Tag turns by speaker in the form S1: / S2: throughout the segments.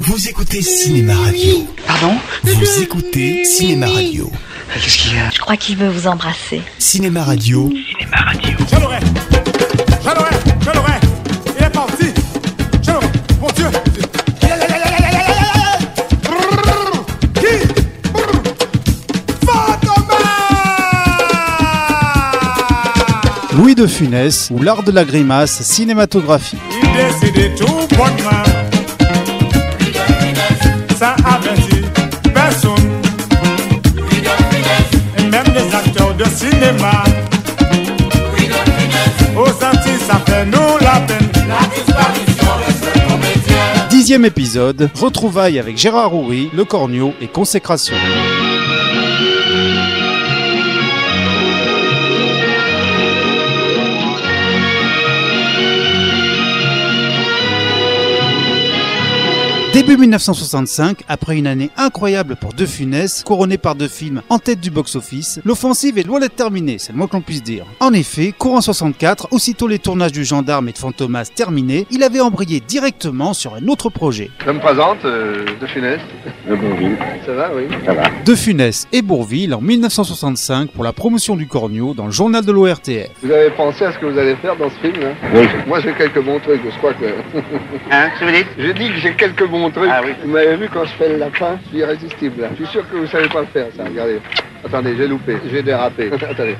S1: Vous écoutez Cinéma Radio.
S2: Pardon
S1: Vous écoutez Cinéma Radio.
S2: Qu'est-ce qu'il y a
S3: Je crois qu'il veut vous embrasser.
S1: Cinéma Radio.
S4: Je l'aurai. Je l'aurai. Je l'aurai. Il est parti. Je l'aurai. Mon Dieu. Qui Fantomas
S5: Louis de Funès ou l'art de la grimace cinématographique.
S4: Il décidait tout bonnement. Ça avertit personne. Et même les acteurs de cinéma. Aux Antilles, ça fait nous la peine.
S5: Dixième épisode, retrouvailles avec Gérard Houry, Le Cornio et Consécration. Début 1965, après une année incroyable pour De Funès, couronnée par deux films en tête du box-office, l'offensive est loin d'être terminée, c'est le moins que l'on puisse dire. En effet, courant 64, aussitôt les tournages du Gendarme et de Fantomas terminés, il avait embrayé directement sur un autre projet.
S6: Je me présente, euh, De Funès.
S7: Ah,
S6: De Bonville. Ça va, oui
S5: De Funès et Bourville en 1965 pour la promotion du Cornio dans le journal de l'ORTF.
S6: Vous avez pensé à ce que vous allez faire dans ce film là
S7: Oui.
S6: Moi, j'ai quelques bons trucs, je crois que...
S7: Hein, qu'est-ce que vous dites
S6: J'ai dit que j'ai quelques bons trucs.
S7: Ah oui.
S6: Vous m'avez vu quand je fais le lapin, je suis irrésistible. là. Je suis sûr que vous savez pas le faire, ça. Regardez. Attendez, j'ai loupé, j'ai dérapé. Attendez.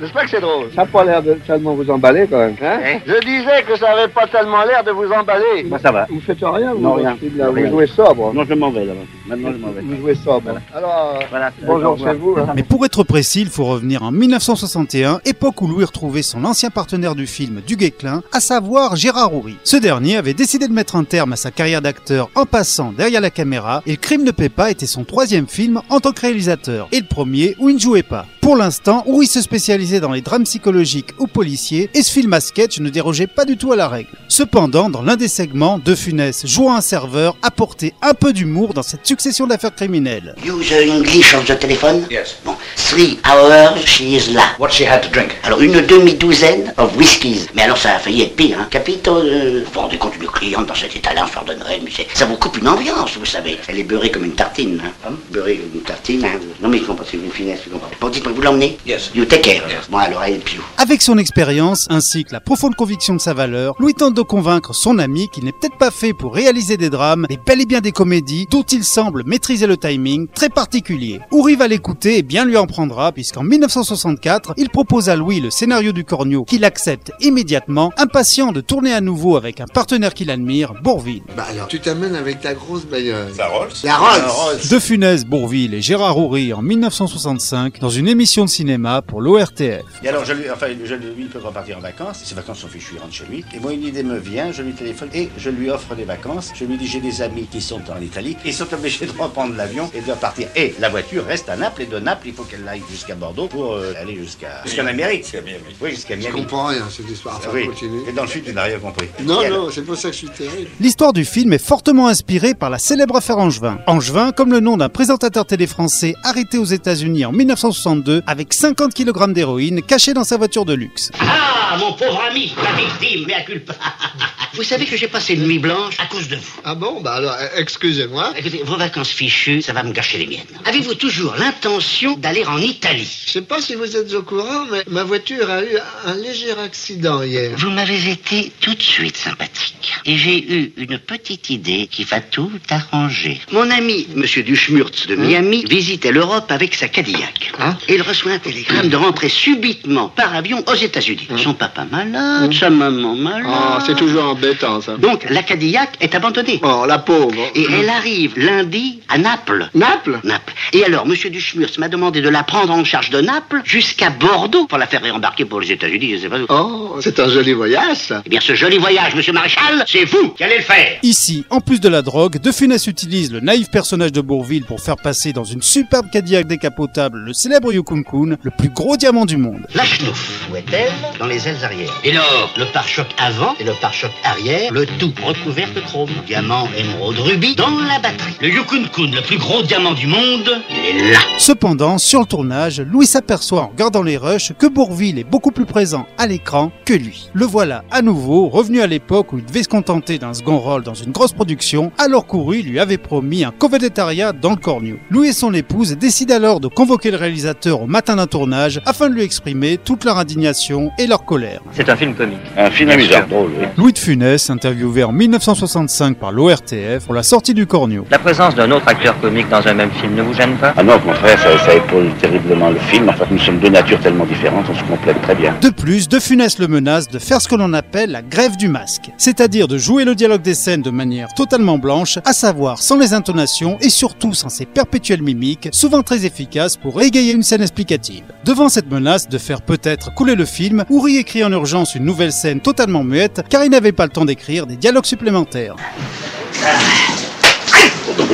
S7: N'est-ce pas que c'est drôle
S6: Ça n'a pas l'air de tellement vous emballer, quand même. Hein
S7: Hein Je disais que ça n'avait pas tellement l'air de vous emballer. Moi, Bah, ça va.
S6: Vous faites rien, vous
S7: Non, rien.
S6: Là, vous
S7: Rien.
S6: jouez sobre.
S7: Non, je m'en vais d'abord. Maintenant, je m'en vais.
S6: Vous jouez sobre. Alors, euh,
S7: Voilà.
S6: bonjour chez vous. hein.
S5: Mais pour être précis, il faut revenir en 1961, époque où Louis retrouvait son ancien partenaire du film du Guesclin, à savoir Gérard Houry. Ce dernier avait décidé de mettre un terme à sa carrière d'acteur en passant derrière la caméra et Le Crime de Pépa était son troisième film en tant que réalisateur et le premier où il ne jouait pas. Pour l'instant, Houry se spécialisait dans les drames psychologiques ou policiers et ce film à sketch ne dérogeait pas du tout à la règle. Cependant, dans l'un des segments, De Funès, jouant un serveur, apportait un peu d'humour dans cette succession d'affaires criminelles.
S8: Use her English on the telephone. Bon, three hours she is là.
S9: What she had to drink.
S8: Alors une demi-douzaine of whiskies. Mais alors ça a failli être pire, hein. Capito, euh, vous vous rendez compte, une cliente dans cet état-là, je leur donnerais, mais c'est- ça vous coupe une ambiance, vous savez. Elle est beurrée comme une tartine, hein. Hein, Beurrée comme une tartine, hein. Non mais comprenez, c'est une finesse, vous comprenez. Bon, dites-moi, vous l'emmenez
S9: Yes.
S8: You take care.
S9: Yes.
S8: Bon, alors, elle piou.
S5: Avec son expérience ainsi que la profonde conviction de sa valeur, Louis tente de convaincre son ami qu'il n'est peut-être pas fait pour réaliser des drames, mais bel et bien des comédies dont il semble maîtriser le timing très particulier. Uri va l'écouter et bien lui en prendra puisqu'en 1964, il propose à Louis le scénario du Cornio qu'il accepte immédiatement, impatient de tourner à nouveau avec un partenaire qu'il admire, Bourville.
S10: Bah alors, tu t'amènes avec ta grosse bailleuse.
S4: La Rolls
S10: La Rolls
S5: De Funès, Bourville et Gérard Houry en 1965 dans une émission de cinéma pour l'ORTF.
S7: Et alors, je lui, enfin, je lui, lui, il peut repartir en vacances. Ses vacances sont fichues, il rentre chez lui. Et moi, une idée me vient, je lui téléphone et je lui offre des vacances. Je lui dis, j'ai des amis qui sont en Italie. Ils sont obligés de reprendre l'avion et de partir. Et la voiture reste à Naples. Et de Naples, il faut qu'elle aille jusqu'à Bordeaux pour euh, aller jusqu'à jusqu'en Amérique. Jusqu'à Miami. Oui, jusqu'à
S10: Je
S7: Miami.
S10: comprends rien à cette histoire. Enfin,
S7: oui.
S10: continue.
S7: Et dans le sud, tu n'as rien compris. Et
S10: Non,
S7: alors-
S10: non, c'est pour ça que je suis terrible.
S5: L'histoire du film est fortement inspirée par la célèbre affaire Angevin. Angevin, comme le nom d'un présentateur télé français arrêté aux États-Unis en 1962 avec 50 kg d'héroïne cachée dans sa voiture de luxe.
S8: Ah, mon pauvre ami, la victime, mais à culpa. vous savez que j'ai passé une nuit blanche à cause de vous.
S10: Ah bon, bah alors, euh, excusez-moi.
S8: Écoutez, vos vacances fichues, ça va me gâcher les miennes. Avez-vous toujours l'intention d'aller en Italie
S10: Je sais pas si vous êtes au courant, mais ma voiture a eu un léger accident hier.
S8: Vous m'avez été tout de suite sympathique. Et j'ai eu une petite idée qui va tout arranger. Hein? Mon ami, Monsieur Duschmurtz de Miami, visitait l'Europe avec sa Cadillac. hein? Et il reçoit un télégramme de rentrer subitement par avion aux États-Unis. Son papa malade, sa maman malade.
S10: Ah, c'est toujours embêtant, ça.
S8: Donc, la Cadillac est abandonnée.
S10: Oh, la pauvre.
S8: Et elle arrive lundi à Naples.
S10: Naples
S8: Naples. Et alors, Monsieur Duschmurtz m'a demandé de la prendre en charge de Naples jusqu'à Bordeaux pour la faire réembarquer pour les États-Unis, je sais pas où.
S10: Oh, c'est un joli voyage, ça.
S8: Eh bien, ce joli voyage, Monsieur Maréchal, c'est vous qui allez le faire.
S5: Ici, en plus de la drogue, De Funès utilise le naïf personnage de Bourville pour faire passer dans une superbe Cadillac décapotable le célèbre Yukon Kun, le plus gros diamant du monde.
S8: La chenouf. Où est-elle Dans les ailes arrière. Et alors, le pare-choc avant et le pare-choc arrière, le tout recouvert de chrome. Diamant, émeraude, rubis, dans la batterie. Le Yukun Kun, le plus gros diamant du monde, il est là.
S5: Cependant, Sur le tournage, Louis s'aperçoit en regardant les rushs que Bourville est beaucoup plus présent à l'écran que lui. Le voilà à nouveau revenu à l'époque où il devait se contenter d'un second rôle dans une grosse production, alors qu'Oury lui avait promis un covédétariat dans le Cornio. Louis et son épouse décident alors de convoquer le réalisateur au matin d'un tournage afin de lui exprimer toute leur indignation et leur colère.
S2: C'est un film comique.
S7: Un film amusant, drôle, oui.
S5: Louis de Funès, interviewé en 1965 par l'ORTF pour la sortie du Cornio.
S2: La présence d'un autre acteur comique dans un même film ne vous gêne pas
S7: Ah non, au contraire, ça, ça épaule terriblement le film. Enfin, nous sommes deux natures tellement différentes, on se complète très bien.
S5: De plus, De Funès le menace de faire ce que l'on appelle la grève du masque, c'est-à-dire de jouer le dialogue des scènes de manière totalement blanche, à savoir sans les intonations et surtout sans ces perpétuelles mimiques, souvent très efficaces pour égayer une scène explicative. Devant cette menace de faire peut-être couler le film, Oury écrit en urgence une nouvelle scène totalement muette car il n'avait pas le temps d'écrire des dialogues supplémentaires.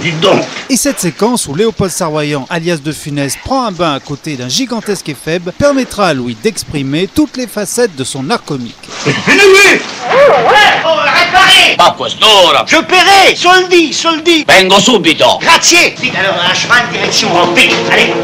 S7: Dites donc
S5: Et cette séquence où Léopold Sarroyan, alias de Funès, prend un bain à côté d'un gigantesque éphèbe permettra à Louis d'exprimer toutes les facettes de son art comique.
S8: Ma postura! Je paierai! Soldi, soldi! Vengo subito! Grazie! Vite alors, à cheval, direction Rome, vite! Allez!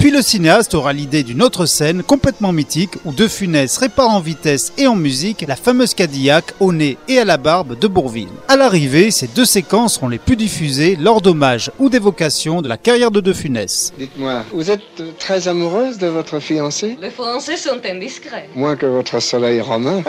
S5: Puis le cinéaste aura l'idée d'une autre scène complètement mythique où De Funès répare en vitesse et en musique la fameuse Cadillac au nez et à la barbe de Bourville. À l'arrivée, ces deux séquences seront les plus diffusées lors d'hommages ou d'évocations de la carrière de De Funès.
S6: Dites-moi, vous êtes très amoureuse de votre fiancé
S3: Les Français sont indiscrets.
S6: Moins que votre soleil romain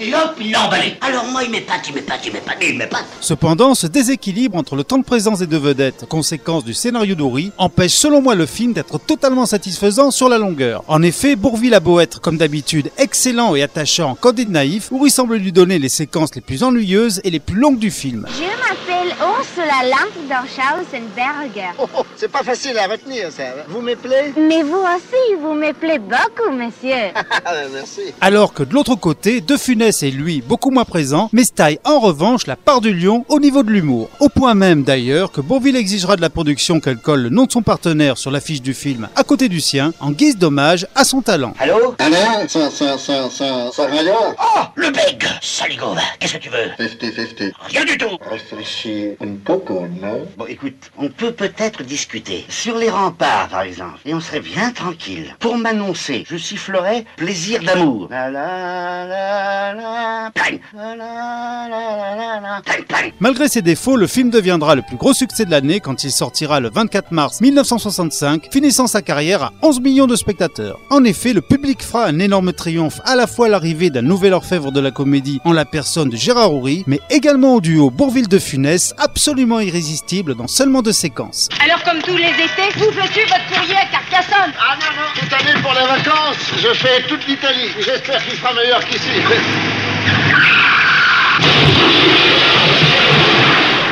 S8: Et hop, il l'a emballé! Alors moi, il m'épate, il m'épate, il m'épate, il m'épate!
S5: Cependant, ce déséquilibre entre le temps de présence des deux vedettes, conséquence du scénario d'Oury, empêche selon moi le film d'être totalement satisfaisant sur la longueur. En effet, Bourville a beau être, comme d'habitude, excellent et attachant en candide naïf, Oury semble lui donner les séquences les plus ennuyeuses et les plus longues du film.
S9: Je m'appelle Ursula Lamp dans Schausenberger.
S3: Oh,
S10: C'est pas facile à retenir, ça. Vous me plaît
S9: Mais vous aussi, vous me plaît beaucoup, monsieur.
S10: Ah, ben, merci.
S5: Alors que de l'autre côté, De Funès est lui beaucoup moins présent, mais se taille en revanche la part du lion au niveau de l'humour. Au point même d'ailleurs que Bourville exigera de la production qu'elle colle le nom de son partenaire sur l'affiche du film à côté du sien, en guise d'hommage à son talent.
S8: Allô?
S10: Alain, Oh, ça, ça, ça, ça, ça
S8: Oh, le bègue! Saligova! Qu'est-ce que tu veux?
S10: 50-50.
S8: Rien du tout!
S10: Réfléchis un peu, non
S8: Bon, écoute, on peut peut-être discuter. Sur les remparts, par exemple. Et on serait bien tranquille. Pour m'annoncer, je sifflerais plaisir d'amour. La la la la. Pang. La la la la la. Pang, pang.
S5: Malgré ses défauts, le film deviendra le plus gros succès de l'année quand il sortira le 24 mars 1965, finissant sa carrière à 11 millions de spectateurs. En effet, le public fera un énorme triomphe à la fois à l'arrivée d'un nouvel orfèvre de la comédie en la personne de Gérard Houry, mais également au duo Bourville de Funès, absolument irrésistible dans seulement deux séquences.
S3: Alors, comme tous les étés, vous faites votre courrier à Carcassonne.
S10: Ah non, non, cette année pour les vacances, je fais toute l'Italie. J'espère qu'il fera meilleur qu'ici.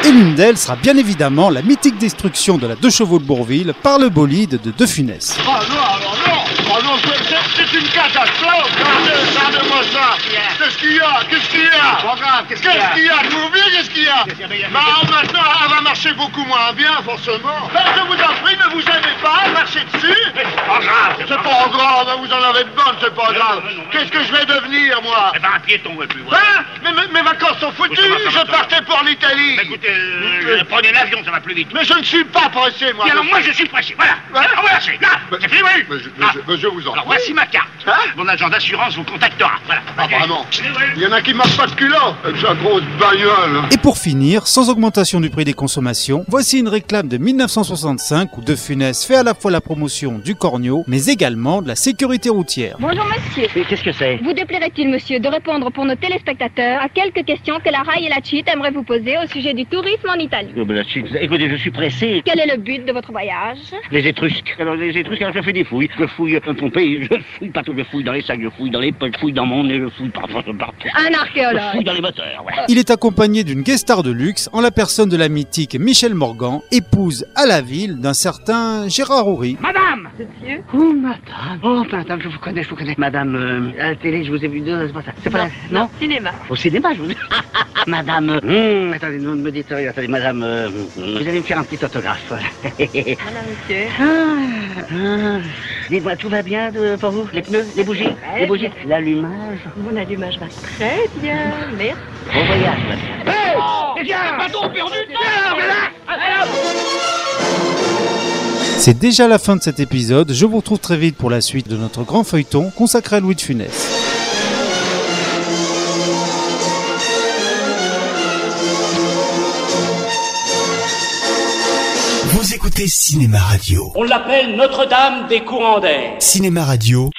S5: Et l'une d'elles sera bien évidemment la mythique destruction de la Deux Chevaux de Bourville par le bolide de De Funès.
S10: Oh non, alors non Oh non, c'est- c'est- c'est une catastrophe Regardez-moi ça Qu'est-ce qu'il y a Qu'est-ce qu'il y a Qu'est-ce qu'il y a Je vous dis, qu'est-ce qu'il y a Bah, maintenant, elle va marcher beaucoup moins bien, forcément Ben, je vous en prie, ne vous aimez pas, marchez dessus C'est pas grave C'est pas grave, hein, vous en avez de bonnes, c'est pas grave Qu'est-ce que je vais devenir, moi Eh ben, un piéton, plus Hein Mais mes- mes vacances sont foutues Je partais pour l'Italie Écoutez, prenez l'avion, ça va plus vite Mais je ne suis pas pressé, moi
S2: alors moi je suis pressé, voilà. Alors voilà, c'est là.
S10: Bah,
S2: C'est fini, oui.
S4: Mais je, mais
S2: Ah.
S4: je- mais je vous en
S2: Alors
S4: prie.
S2: voici ma carte.
S10: Hein
S2: Mon agent d'assurance vous contactera. Voilà.
S4: Ah, vraiment. Il y en a qui marchent pas de culot avec sa grosse bagnole.
S5: Et pour finir, sans augmentation du prix des consommations, voici une réclame de 1965 où De Funès fait à la fois la promotion du cornio, mais également de la sécurité routière.
S3: Bonjour, monsieur.
S2: Oui, qu'est-ce que c'est
S3: Vous déplairait-il, monsieur, de répondre pour nos téléspectateurs à quelques questions que la RAI et la CHIT aimeraient vous poser au sujet du tourisme en Italie
S2: Oh, ben, la suite. Écoutez, je suis pressé.
S3: Quel est le but de votre voyage
S2: Les étrusques. Alors, les étrusques, alors je fais des fouilles. Je fouille euh, mon pays, je fouille partout. Je fouille dans les sacs, je fouille dans les poches, je fouille dans mon nez, je fouille partout, je partout.
S3: Un
S2: Je fouille
S3: archéologue.
S2: dans les moteurs, ouais.
S5: Il est accompagné d'une guest star de luxe en la personne de la mythique Michel Morgan, épouse à la ville d'un certain Gérard Houry.
S2: Madame Oh, madame Oh, madame, je vous connais, je vous connais. Madame, euh, à la télé, je vous ai vu deux, c'est pas ça. C'est pas la- Non,
S3: Cinéma.
S2: Au cinéma, je vous dis. madame... euh, hmm, attendez, ne me dites rien, attendez, madame... euh, hmm, vous allez me faire un petit autographe.
S3: Voilà, monsieur.
S2: Ah, ah,
S8: Dites-moi, tout va bien
S2: euh,
S8: de- pour vous Les pneus Les bougies
S3: Très
S8: Les bougies
S3: bien.
S8: L'allumage
S3: Mon allumage va très bien, merci.
S8: Bon voyage, madame.
S5: C'est déjà la fin de cet épisode, je vous retrouve très vite pour la suite de notre grand feuilleton consacré à Louis de Funès.
S11: Vous écoutez Cinéma Radio.
S4: On l'appelle Notre-Dame des courants d'air.
S11: Cinéma Radio,